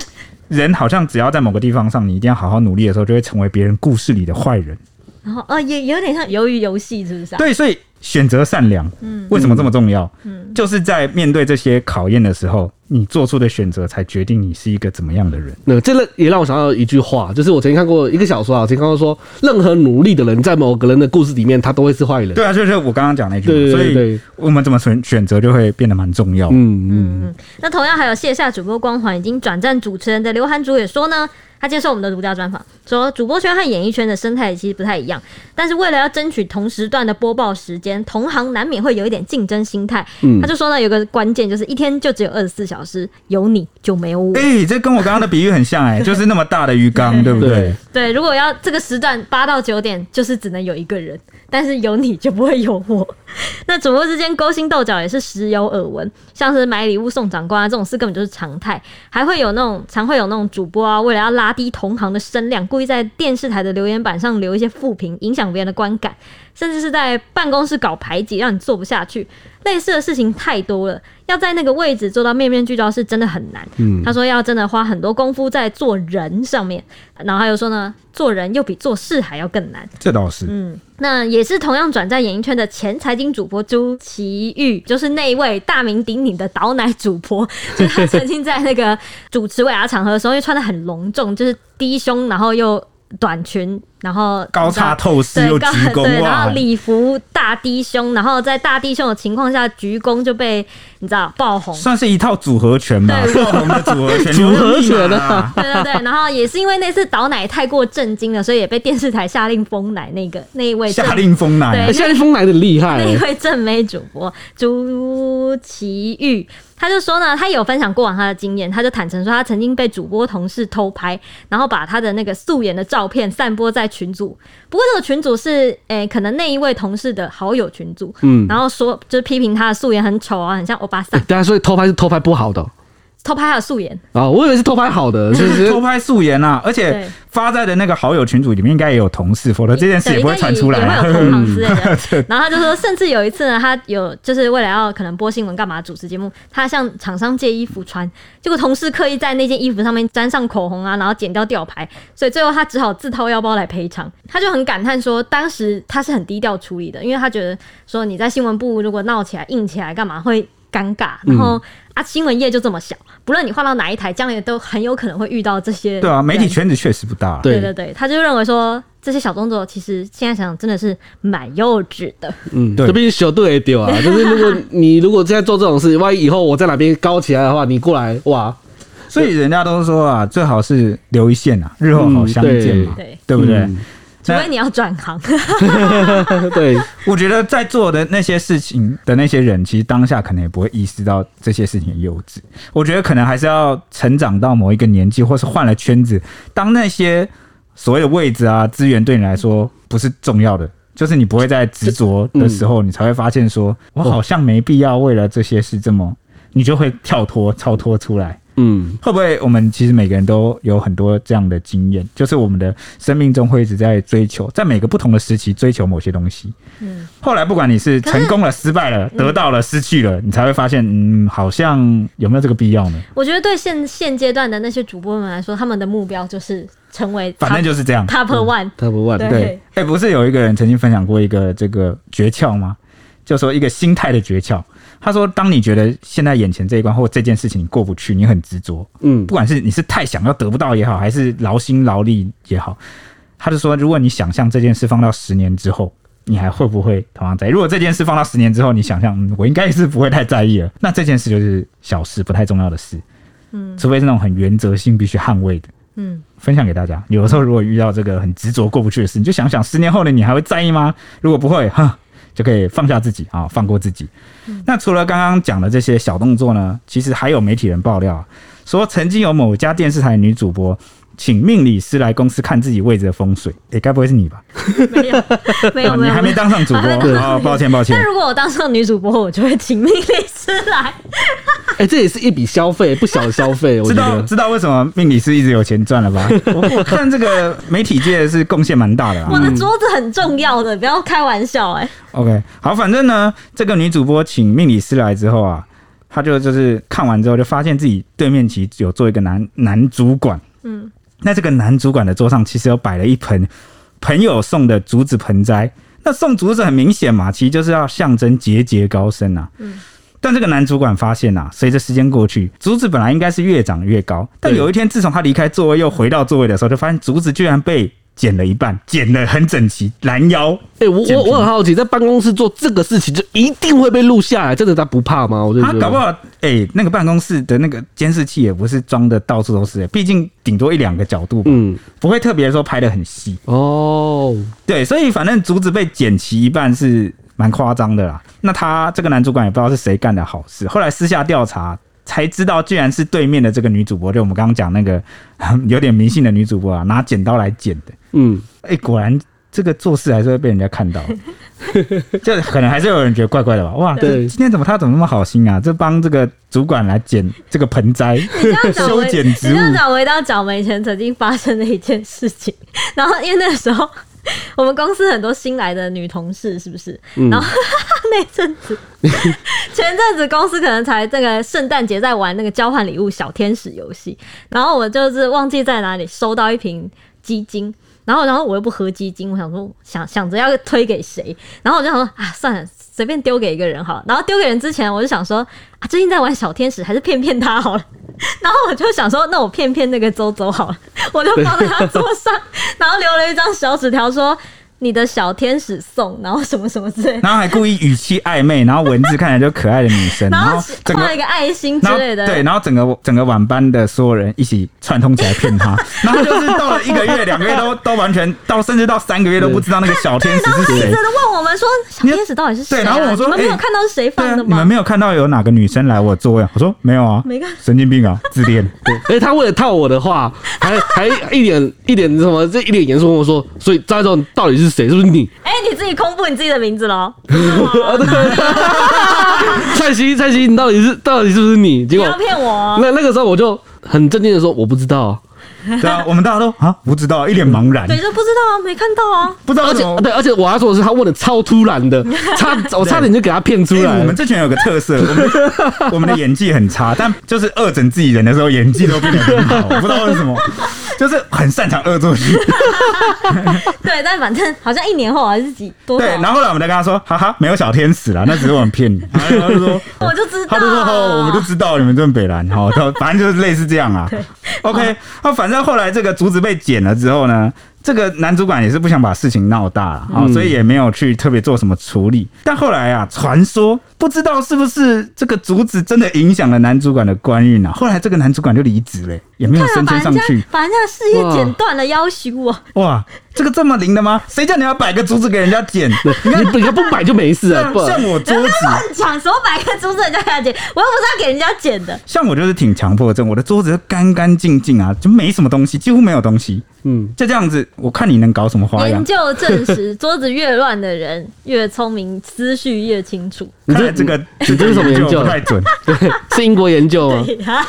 人好像只要在某个地方上，你一定要好好努力的时候，就会成为别人故事里的坏人。
然后呃，也也有点像鱿鱼游戏，是不是、啊？
对，所以选择善良，为什么这么重要？就是在面对这些考验的时候，你做出的选择才决定你是一个怎么样的人。
那真的也让我想到一句话，就是我曾经看过一个小说啊，我曾经看过说，任何努力的人在某个人的故事里面，他都会是坏人。
对啊，就是我刚刚讲那句
对
嘛，
对
所
对
以
对，
我们怎么选选择就会变得蛮重要。
嗯嗯，
那同样还有卸下主播光环，已经转战主持人的刘涵竹也说呢，他接受我们的独家专访，说主播圈和演艺圈的生态其实不太一样，但是为了要争取同时段的播报时间，同行难免会有一点竞争心态。
嗯
他就说呢，有个关键就是一天就只有二十四小时，有你就没有我。
哎、这跟我刚刚的比喻很像 哎、就是那么大的鱼缸，对不对
对？
对，如果要这个时段八到九点，就是只能有一个人，但是有你就不会有我。那主播之间勾心斗角也是时有耳闻，像是买礼物送长官啊这种事根本就是常态，还会有那种常会有那种主播啊，为了要拉低同行的声量，故意在电视台的留言板上留一些负评，影响别人的观感，甚至是在办公室搞排挤，让你做不下去。类似的事情太多了，要在那个位置做到面面俱到是真的很难。他说要真的花很多功夫在做人上面，然后他又说呢，做人又比做事还要更难。
这倒是，
嗯，那也是同样转战演艺圈的前财经主播朱祁钰，就是那一位大名鼎鼎的倒奶主播， 就是他曾经在那个主持尾牙场合的时候，因为穿的很隆重，就是低胸，然后又短裙，然后
高叉透视
对
又
高
鞠
对，
躬啊
然
哇
后，礼服大低胸，然后在大低胸的情况下鞠躬就被你知道爆红，
算是一套组合拳吧，
对
共同的 组合拳，
组合拳啊
牛肉密码啊，
对对对，然后也是因为那次倒奶太过震惊了，所以也被电视台下令封奶那个那一位正
下令封奶啊
对
欸、夏一峰来的厉 害、
那一
欸，
位正妹主播朱奇玉，他就说呢，他有分享过往他的经验，他就坦诚说，他曾经被主播同事偷拍，然后把他的那个素颜的照片散播在群组。不过这个群组是，诶、可能那一位同事的好友群组，
嗯
然后说就是批评他的素颜很丑啊，很像欧巴 桑，
对啊，所以偷拍是偷拍不好的哦
偷拍他的素颜。
啊、我以为是偷拍 好的，是不是
偷？拍素颜啊，而且
对
发在的那个好友群组里面应该也有同事，否则这件事也不会传出来
对应该
啊
也。也会有同行之类 的。然后他就说，甚至有一次呢，他有就是为了要可能播新闻干嘛主持节目，他向厂商借衣服穿，结果同事刻意在那件衣服上面沾上口红啊，然后剪掉吊牌，所以最后他只好自掏腰包来赔偿。他就很感叹说，当时他是很低调处理的，因为他觉得说你在新闻部如果闹起来、硬起来干嘛会。尴尬，然
嗯
后、啊，新闻业就这么小，不论你换到哪一台，将来都很有可能会遇到这些
对啊，媒体
人
圈子确实不大。啊
对
对对对，他就认为说这些小动作其实现在想想真的是蛮幼稚的。
嗯，
对
这边小队也丢啊， 就是如果你如果现在做这种事，万一以后我在哪边高起来的话，你过来哇，
所以人家都说啊，最好是留一线啊，日后好相见嘛，
嗯
对
对不对？
嗯
除
那
非你要转 行，
对，
我觉得在做的那些事情的那些人，其实当下可能也不会意识到这些事情的幼稚。我觉得可能还是要成长到某一个年纪，或是换了圈子，当那些所谓的位置啊、资源对你来说不是重要的，就是你不会在执着的时候，你才会发现说，我好像没必要为了这些事这么，你就会跳脱、超脱出来。
嗯，
会不会我们其实每个人都有很多这样的经验，就是我们的生命中会一直在追求，在每个不同的时期追求某些东西。
嗯，
后来不管你是
可是嗯
成功了、失败了、得到了、失去了，你才会发现，嗯，好像有没有这个必要呢？
我觉得对现现阶段的那些主播们来说，他们的目标就是成为 top,
反正就是这嗯样。
top one。
他不问，
对
对，哎、不是有一个人曾经分享过一个这个诀窍吗？就说一个心态的诀窍。他说，当你觉得现在眼前这一关或这件事情你过不去，你很执着，
嗯
不管是你是太想要得不到也好，还是劳心劳力也好，他就说，如果你想象这件事放到十年之后，你还会不会同样在意？如果这件事放到十年之后，你想象、嗯、我应该是不会太在意了，那这件事就是小事，不太重要的事。嗯，除非是那种很原则性必须捍卫的。
嗯，
分享给大家。有的时候如果遇到这个很执着过不去的事，你就想想十年后的你还会在意吗？如果不会，哈，就可以放下自己啊，放过自己。那除了刚刚讲的这些小动作呢，其实还有媒体人爆料啊，说曾经有某家电视台女主播。请命理师来公司看自己位置的风水，诶、该不会是你吧？
没 有没有
啊
没
你
有，
还没当 上主播
我还没当
哦，抱歉抱歉
但。如果我当上女主播，我就会请命律师来。
哎、这也是一笔消费，不小的消费，我
知
觉
道
得。
知道为什么命理师一直有钱赚了吧？ 我我看这个媒体界是贡献蛮大的啊。
我的桌子很重要 的，不要开玩笑哎、
OK，好，反正呢，这个女主播请命理师来之后啊，她就就是看完之后就发现自己对面其实有做一个男男主管，
嗯，
那这个男主管的桌上其实有摆了一盆朋友送的竹子盆栽，那送竹子很明显嘛，其实就是要象征节节高升啊，
嗯。
但这个男主管发现啊，随着时间过去，竹子本来应该是越长越高，但
对
有一天，自从他离开座位又回到座位的时候，就发现竹子居然被剪了一半，剪得很整齐，拦腰
哎、我
简
我
评
我很好奇，在办公室做这个事情，就一定会被录下来，真的他不怕吗？我就觉
他
得，
搞不好，哎、那个办公室的那个监视器也不是装的到处都是、毕竟顶多一两个角度吧，
嗯，
不会特别说拍的很细。
哦，
对，所以反正竹子被剪齐一半是蛮夸张的啦。那他这个男主管也不知道是谁干的好事，后来私下调查才知道，居然是对面的这个女主播，就我 们刚刚讲那个有点迷信的女主播啊，拿剪刀来剪的。
嗯，
哎、果然这个做事还是会被人家看到，就可能还是有人觉得怪怪的吧？哇，
对
这今天怎么他怎么那么好心啊？这帮这个主管来捡这个盆栽，
你这样找
修
回，
剪
你
植
这
物，
样找回到角梅前曾经发生的一件事情。然后因为那时候我们公司很多新来的女同事，是不是？
嗯
然后那阵子， 前阵子公司可能才这个圣诞节在玩那个交换礼物小天使游戏，然后我就是忘记在哪里收到一瓶鸡精。然后，然后我又不喝鸡精，我想说想想着要推给谁，然后我就想说啊，算了，随便丢给一个人好了。然后丢给人之前，我就想说啊，最近在玩小天使，还是骗骗他好了。 然后我就想说，那我骗骗那个周周好了， 我就放在他桌上，然后留了一张小纸条说。你的小天使送，然后什么什么之类的，
然后还故意语气暧昧，然后文字看起来就可爱的女生，然
然后
后整个
画一个爱心之
然后
类的，
对，然后整个整个晚班的所有人一起串通起来 骗他，然后就是到了一个月、两个月都都完全到，甚至到三个月都不知道那个小天使是
一直
谁。
都问我们说小天使到底是谁、啊？
对然后我说
你们没有
哎
看到是谁
对啊
放的，
你们
吗？
没有看到有哪个女生来我座位？我说没有啊，
没看
神经病啊，自恋。
对，而且哎他为了套我的话，还还一脸一脸什么，这一脸严肃问我说：“所以张总到底是谁？是不是你
哎、你自己公布你自己的名字喽，？”
蔡徐蔡徐，你到底是到底是不是你？结
不
果
要骗我哦。
那那个时候我就很震惊的说：“我不知道啊。
对啊，我们大家都啊不知道，一脸茫然，
对，就不知道啊，没看到啊。
不知”道
而
怎
且
么。
对，而且我要说的是，他问的超突然 的，差我差点就给他骗出
因为
来
我
了
哎们。这群人有个特色，我们我们的演技很差，但就是恶整自己人的时候，演技都变得很好，我不知道为什么，就是很擅长恶作剧。
对，但反正好像一年后还是几多少
对，
啊，
然后后来我们再跟他说，哈哈，没有小天使啦，那只是我们骗你。然后 他就说，
我就知道
他
啊，
就说哦，我们就知道你们这么北蓝，好，他反正就是类似这样 啊。OK，那反正后来这个竹子被剪了之后呢，这个男主管也是不想把事情闹大了，好，所以也没有去特别做什么处理。但后来啊，传说不知道是不是这个竹子真的影响了男主管的官运啊，后来这个男主管就离职嘞，也没有
对啊
升
把
迁
人
上
家
去。
把人家的事业
哇
剪断了，要挟我。
哇，这个这么灵的吗？谁叫你要摆个竹子给人家 剪？
你不你不买就没事了，
啊
像
不
像我桌子，
乱讲，什么买个竹子人家给他剪，我又不是要给人家剪的。
像我就是挺强迫症，我的桌子就干干净净啊，就没什么东西，几乎没有东西，
嗯，
就这样子。我看你能搞什么花
研
样？
究证 实，桌子越乱的人越聪明，思绪越清楚。
你
看
这
来这个
你这是什么研究啊
不太准。
对，是英国研究吗？
对啊，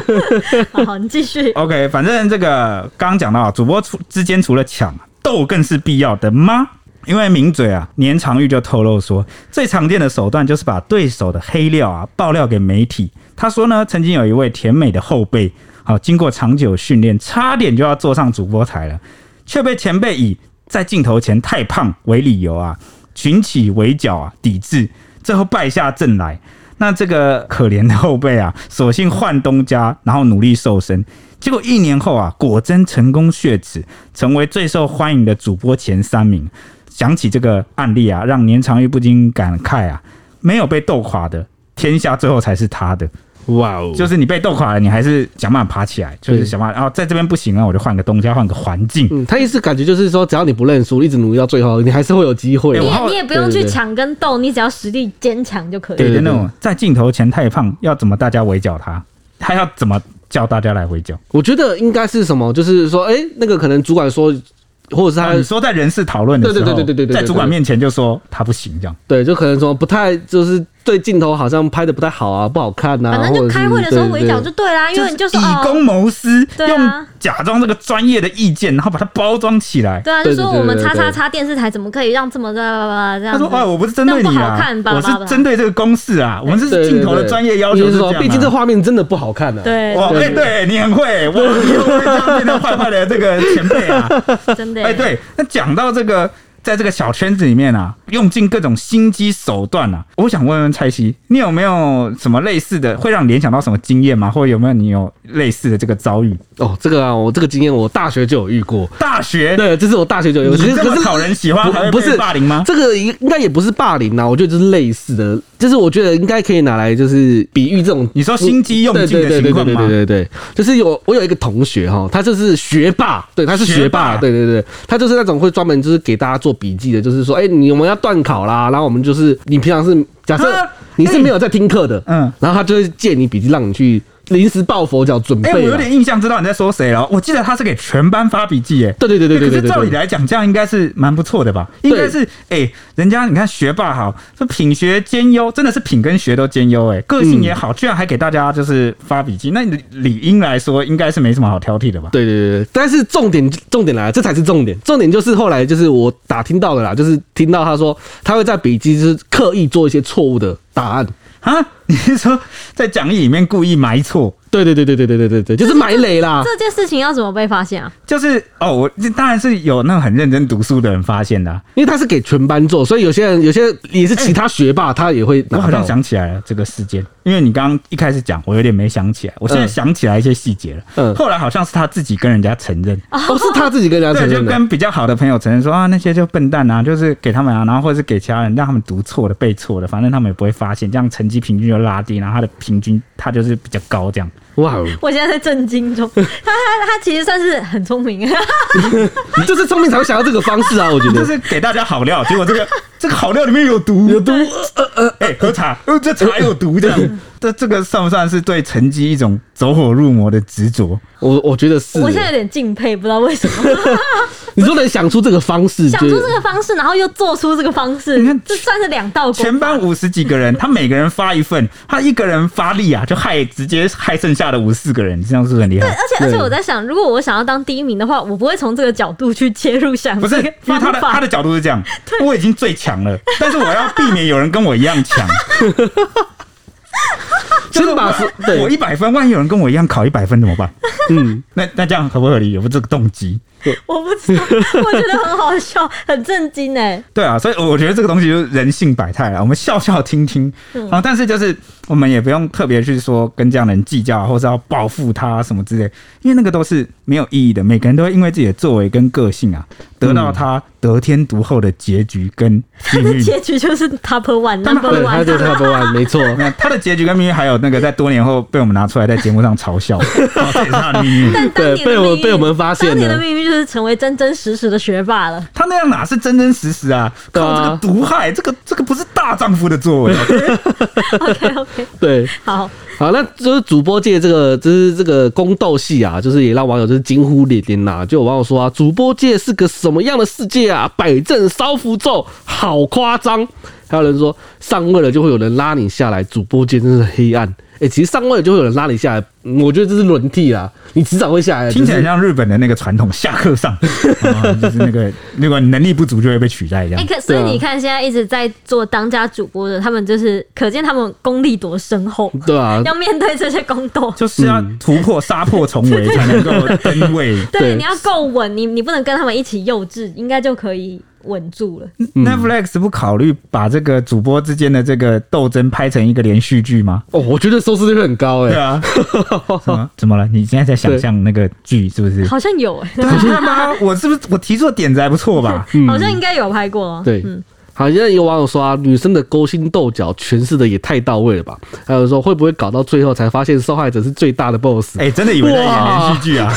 好，你继 续。
OK，反正这个刚刚讲到啊，主播除之间除了抢斗更是必要的吗？因为名嘴啊，年长玉就透露说，最常见的手段就是把对手的黑料啊爆料给媒体。他说呢，曾经有一位甜美的后辈，好、经过长久训练，差点就要坐上主播台了，却被前辈以在镜头前太胖为理由啊，群起围剿啊，抵制，最后败下阵来。那这个可怜的后辈啊，索性换东家，然后努力瘦身。结果一年后啊，果真成功血脂，成为最受欢迎的主播前三名。想起这个案例啊，让年长玉不禁感慨啊，没有被斗垮的天下，最后才是他的。
哇哦，
就是你被斗垮了，你还是想办法爬起来，就是
对
想办法。哦，在这边不行啊，我就换个东家，换个环境。
嗯，他意思感觉就是说，只要你不认输，一直努力到最后，你还是会有机会
哎
你
我
的。
也
好
你也不用
对对
去
对
抢跟斗，你只要实力坚强就可以
对
了。
对的那种在镜头前太胖，要怎么大家围剿他？他要怎么叫大家来围剿？
我觉得应该是什么，就是说，哎，那个可能主管说，或者是
啊、你
他
说在人事讨论的时候，
呃对对对对对对对
在主管面前就说他不行这样。
对，就可能说不太，就是对镜头好像拍的不太好啊，不好看呐。
反正就
或者是
开会的时候
对对
围剿就对啦，因为你就说
以
哦，
公谋私，
对啊
用假装这个专业的意见，然后把它包装起来。
对啊，就
对对
说
对
我们
对
叉
对
叉叉电视台怎么可以让这么的这
他
样
啊
说：“哎，
子？
我不是针对你
这样不好
啊
看，吧
我
爸爸
是针对这个公式啊，我们是
对对
镜头的
对
专业要求
就是
这
是说，
样啊。
毕竟这画面真的不好看啊的。，
对，
哇，
对
哎，对你很会，我 又会这样变成坏坏的这个前辈啊。
真的
哎，对，那讲到这个，在这个小圈子里面啊，用尽各种心机手段啊，我想问问蔡西，你有没有什么类似的，会让你联想到什么经验吗？或者有没有你有类似的这个遭遇？
哦，这个啊，我这个经验我大学就有遇过。
大学
对，这是我大学就有，
你
可是
这
可
么
是
讨人喜欢，
不
还会
不
被
是
霸凌吗？
这个应应该也不是霸凌啊，我觉得就是类似的，就是我觉得应该可以拿来就是比喻这种
你说心机用尽的情况吗
对对对对对对对，就是有我有一个同学哈，他就是学霸，对，他是学
学霸
霸，对对对，他就是那种会专门就是给大家做笔记的，就是说，哎、你我们要断考啦，然后我们就是你平常是假设
啊
你是没有在听课的，
嗯
然后他就会借你笔记让你去临时抱佛脚准备
哎、
啊。
我有点印象，知道你在说谁了。我记得他是给全班发笔记，哎，
对对对对对对
可
对，
是照理来讲，这样应该是蛮不错的吧？应该是，哎、人家你看学霸好，这品学兼优，真的是品跟学都兼优，哎，个性也好，居然还给大家就是发笔记，那理理应来说应该是没什么好挑剔的吧？
对对对对，但是重点重点来了，这才是重点。重点就是后来就是我打听到的啦，就是听到他说他会在笔记就是刻意做一些错误的答案。
啊， 你是说在讲义里面故意埋错？
对对对对对对对对对，就是埋雷啦。
这件事情要怎么被发现啊？
就是哦，我这当然是有那种很认真读书的人发现的啊、
因为他是给全班做，所以有些人有些也是其他学霸，他也会
我
拿
好像
到。
想起来了这个事件，因为你刚刚一开始讲，我有点没想起来，我现在
嗯
想起来一些细节了。
嗯
后来好像是他自己跟人家承认，
哦，是他自己跟人家
对，
承
就
认的。
跟比较好的朋友承认说啊，那些就笨蛋啊，就是给他们啊，然后或者是给其他人，让他们读错的、背错的，反正他们也不会发现，这样成绩平均就拉低，然后他的平均他就是比较高这样。
哇哦，
我现在在震惊 中，他他他其实算是很聪明，
你就是聪明才会想到这个方式啊！我觉
就
得
是给大家好料，结果 这个这个好料里面有毒，有毒，呃呃， 哎、喝茶，呃，嗯这茶有毒，这样，这这个算不算是对成绩一种走火入魔的执着？
我我觉得是。
我现在有点敬佩，不知道为什 么
你说能想出这个方式，
想出
就是
这个方式，然后又做出这个方式
你看，
这算是两道功。
全班五十几个 人，他每个人发一份，他一个人发力啊，就害直接害剩下的五四个人，这样是不是很厉害？
而且而且
对啊
我在想，如果我想要当第一名的话，我不会从这个角度去切入想
不是，
这
因
个
为他
方
的
法
他的角度是这样，我已经最强 了，但是我要避免有人跟我一样强。
先把
我
对，
一百分，万一有人跟我一样考一百分怎么办？
嗯，
那那这样合不合理？有没有这个动机？
我不知道， 我觉得很好笑，很震惊哎、
对啊，所以我觉得这个东西就是人性百态啊，我们笑笑听听
嗯
啊、但是就是我们也不用特别去说跟这样的人计较，或是要报复他什么之类，因为那个都是没有意义的。每个人都会因为自己的作为跟个性啊，得到他得天独厚的结局 跟命
这
运。
嗯结局就是 top one
他们
number
对，嗯他
one，
就是 number one，没错。
那他的结局跟命运，还有那个在多年后被我们拿出来在节目上嘲笑，哦 这也是他的命运。
但当
对
年的
被我
命运
被我们发现了
当年的命运就是成为真真实实的学霸 了。
他那样哪是真真实实啊？
对
靠
啊
这个毒害，这个这个不是大丈夫的作为。啊
OK OK，
对，
好，
好，那就是主播界这个，就是这个宫斗戏啊，就是也让网友就是惊呼连连呐、就有网友说啊，主播界是个什么样的世界啊？百阵烧符咒，好夸张。还有人说上位了就会有人拉你下来，主播界真是黑暗。哎、其实上位了就会有人拉你下来，嗯我觉得这是轮替啊，你迟早会下来的。
听起来
只是
像日本的那个传统下课 上，啊就是那个如果能力不足就会被取代这
哎、
样。
可所以
对啊
你看，现在一直在做当家主播的，他们就是可见他们功力多深厚，
对啊，
要面对这些宫斗。
就是要突破、杀破重围，才能够登 位。
对，
对
你要够稳，你你不能跟他们一起幼稚，应该就可以稳住了。
嗯
Netflix 不考虑把这个主播之间的这个斗争拍成一个连续剧吗？
哦，我觉得收视率会很高哎、
对啊， 什么怎么了？你现在在想象那个剧 是不是？
好像有、哎
对啊你看吧，我是不是我提出的点子还不错 吧？
好像应该有拍过、哦。
嗯对，好像有网友说啊，女生的勾心斗角诠释的也太到位了吧？还有说会不会搞到最后才发现受害者是最大的 BOSS？、
哎、真的以为在演连续剧啊？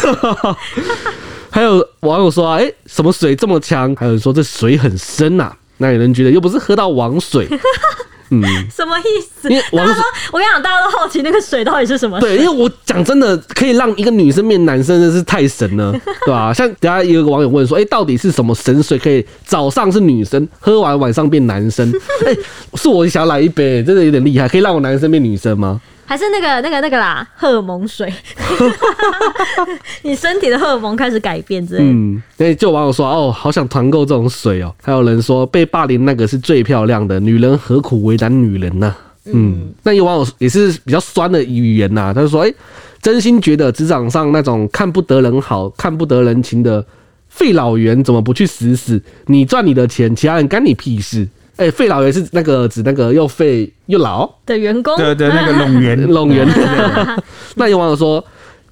还有网友说啊，哎、什么水这么强？还有人说这水很深呐、啊那有人觉得又不是喝到王水，
什么意思？
因为
大
王
家
子
都，我跟你讲，大家都好奇那个水到底是什么水。
对，因为我讲真的，可以让一个女生变男生，真是太神了，对吧、像等下也有个网友问说，哎、到底是什么神水可以早上是女生，喝完晚上变男生？哎、是我想来一杯，真的有点厉害，可以让我男生变女生吗？
还是那个那个那个啦，荷尔蒙水，你身体的荷尔蒙开始改变之类的。
嗯，那就有网友说哦，好想团购这种水哦。还有人说被霸凌那个是最漂亮的，女人何苦为难女人呢、嗯，那有网友也是比较酸的语言呐、他就说，哎、真心觉得职场上那种看不得人好、看不得人情的费老员怎么不去死死？你赚你的钱，其他人干你屁事。哎、费老员是那个指那个又废又老，哦
的员工，
对对，那个拢 圆
拢圆。那有网友说，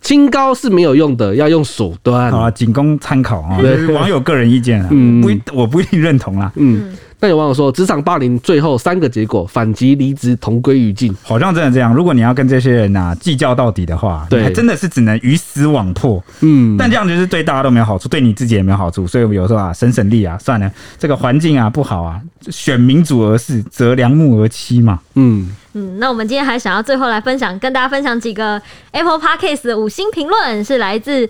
清高是没有用的，要用手段。
好啊，仅供参考啊，
对
就是网友个人意见啊，
嗯
不一我不一定认同啦，
嗯，那有网友说，职场霸凌最后三个结果：反击、离职、同归于尽。
好像真的这样。如果你要跟这些人啊计较到底的话，
对
你还真的是只能鱼死网破。
嗯，
但这样就是对大家都没有好处，对你自己也没有好处。所以我们有时候啊，省省力啊，算了，这个环境啊不好啊，选民主而事，择良木而栖嘛。
嗯，
嗯，那我们今天还想要最后来分享，跟大家分享几个 Apple Podcast 的五星评论，是来自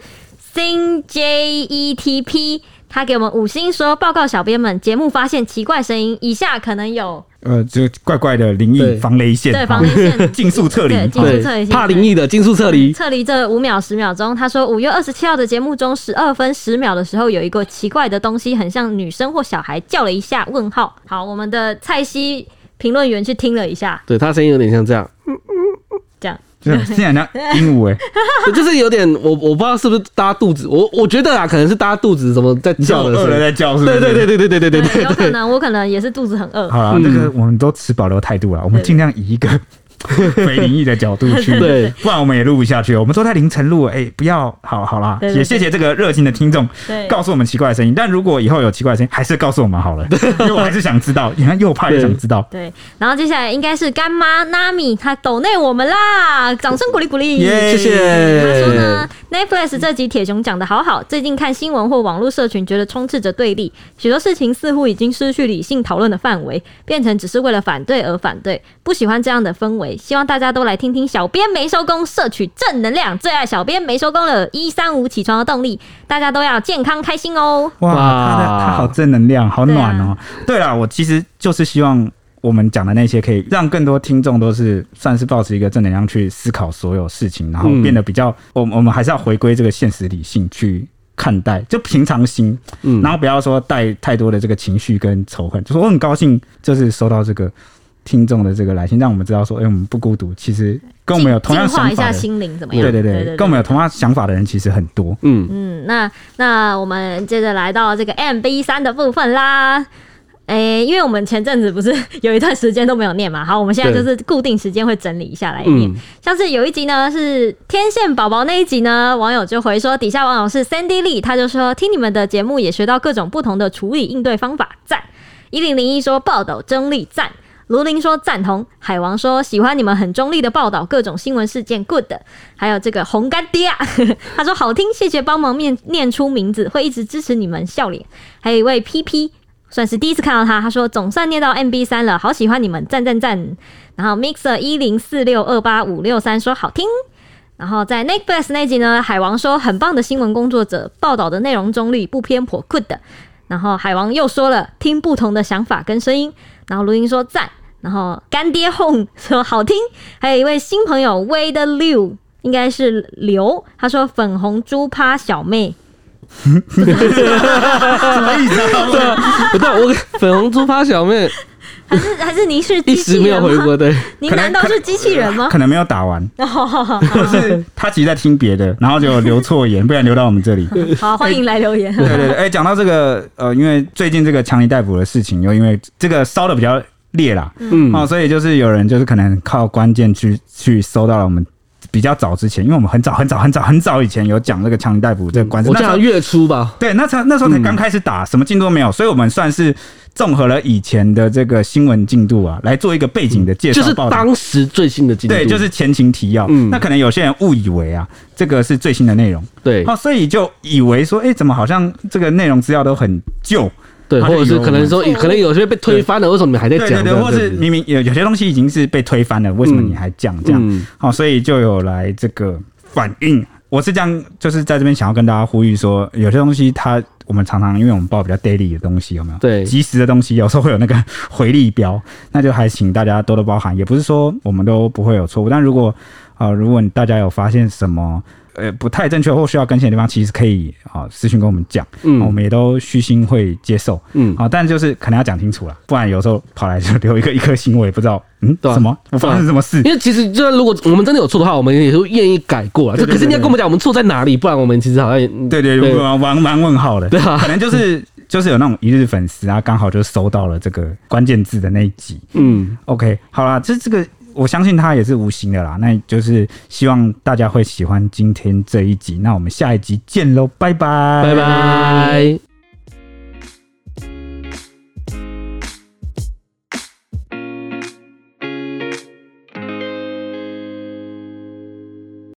Sing J E T P，他给我们五星说：“报告小编们，节目发现奇怪声音，以下可能有
呃，就怪怪的灵异
对
防雷线，
对
啊
防雷 线
尽速撤离
对，尽速
对
撤离，
怕灵异的尽速撤离。
嗯撤离这五秒十秒钟，他说五月二十七号的节目中，十二分十秒的时候有一个奇怪的东西，很像女生或小孩叫了一下。问号。好，我们的蔡西评论员去听了一下，
对，他声音有点像这样，
这样
就是 现在像鹦鹉哎，
对就是有点我我不知道是不是大家肚子，我我觉得啊，可能是大家肚子怎么在
你
叫的
饿了
声音。
在叫是不
对
是？
对对对对对对对对
有可能我可能也是肚子很饿。
好了，这个我们都持保留态度了，我们尽量以一个 非灵异的角 度去，
对
不然我们也录不下去。我们都在凌晨录，哎，不要，好好啦，
对对对
也谢谢这个热情的听众
对
告诉我们奇怪的声音，但如果以后有奇怪的声音，还是告诉我 们好了，因为我还是想知道，你看又怕又想知道，
对，然后接下来应该是干妈 Nami，她抖内我们啦，掌声鼓励鼓励。
耶
谢
他说
谢
呢。，Netflix 这集铁熊讲的好好，最近看新闻或网络社群，觉得充斥着对立，许多事情似乎已经失去理性讨论的范围，变成只是为了反对而反对。不喜欢这样的氛围，希望大家都来听听小编没收工，摄取正能量。最爱小编没收工了，一三五起床的动力，大家都要健康开心哦。
哇，
哇
他的他好正能量，好暖哦。
啊
对啦，我其实就是希望我们讲的那些，可以让更多听众都是算是保持一个正能量去思考所有事情，然
嗯
后变得比较，我们我们还是要回归这个现实理性去。看待就平常心，
嗯
然后不要说带太多的这个情绪跟仇恨，就说我很高兴，就是收到这个听众的这个来信，让我们知道说，哎、我们不孤独。其实跟我们有同样
净化
想
一
法
下
的，
心灵怎么样？
对对对，跟我们有同样想法的人其实很多。
嗯，
嗯，那那我们接着来到这个 MB 三的部分啦。诶、因为我们前阵子不是 有一段时间都没有念嘛，好，我们现在就是固定时间会整理一下来念。
嗯
像是有一集呢是天线宝宝那一集呢，网友就回说，底下网友是 Sandy Lee，他就说听你们的节目也学到各种不同的处理应对方法，赞。一零零一说报道中立，赞。卢林说赞同，海王说喜欢你们很中立的报道各种新闻事件，good。还有这个红干爹、啊， 他说好听，谢谢帮忙念念出名字，会一直支持你们笑脸。还有一位 P P，算是第一次看到他，他说总算念到 M B 三了，好喜欢你们，赞赞赞。然后 Mixer 一零四六二八五六三说好听。然后在 Nick Bless 那集呢，海王说很棒的新闻工作者，报道的内容中立不偏颇，good 的。然后海王又说了，听不同的想法跟声音。然后卢英说赞，然后干爹 home 说好听，还有一位新朋友 Wade Liu，应该是刘，他说粉红猪趴小妹，
什么意思啊？
对啊，不对，我粉红猪发小妹
还是还是你是
一
机
时
器
没有
人
回
吗？
国的，
您
可能
难道是机器人吗？
可能没有打完，
哦，
或是 他其实在听别的，然后就留错言，不然留到我们这里。对
好，欢迎来留言。
对对，哎、讲到这个，呃，因为最近这个强尼逮捕的事情，又因为这个烧的比较烈啦，
嗯
哦，所以就是有人就是可能靠关键去去搜到了我们比较早之前，因为我们很早很早很早很早以前有讲这个强尼逮捕这个官司，
我
那时
讲
候
月初吧，
对，那才那时候才刚开始打，什么进度都没有，所以我们算是综合了以前的这个新闻进度啊，来做一个背景的介
就
绍
是
报道。
当时最新的进度，
对，就是前情提要。
嗯
那可能有些人误以为啊，这个是最新的内容，
对
哦，所以就以为说，哎、怎么好像这个内容资料都很旧？
对，
他
或
就
者是
有
可能说
我们
可能有些被推翻了，为什么你还在
对
讲
对
这
对，
样子？
或是明明有有些东西已经是被推翻了，为什么
嗯
你还讲这样？
嗯
好、所以就有来这个反应。我是这样，就是在这边想要跟大家呼吁说，有些东西它我们常常因为我们报比较 daily 的东西，有没有？
对
及时的东西，有时候会有那个 回力标，那就还请大家多多包涵。也不是说我们都不会有错误，但如果啊、呃如果你大家有发现什么呃不太正确或需要更新的地方，其实可以啊、私信跟我们讲，我
嗯
们也都虚心会接受。
嗯，
好、但就是可能要讲清楚了，不然有时候跑来就留一个一颗星，我也不知道，嗯，
对啊
什么我发生什么事？
因为其实就如果我们真的有错的话，我们也会愿意改过啊。
对
就
对
可是你要跟我们讲我们错在哪里，不然我们其实好像也
对对，
对
对，蛮蛮蛮问号的，
对啊
可能就是 就是有那种一日粉丝啊，刚好就搜到了这个关键字的那一集。
嗯
OK，好啦，这这个我相信他也是无形的啦，那就是希望大家会喜欢今天这一集，那我们下一集见喽，拜拜，
拜拜。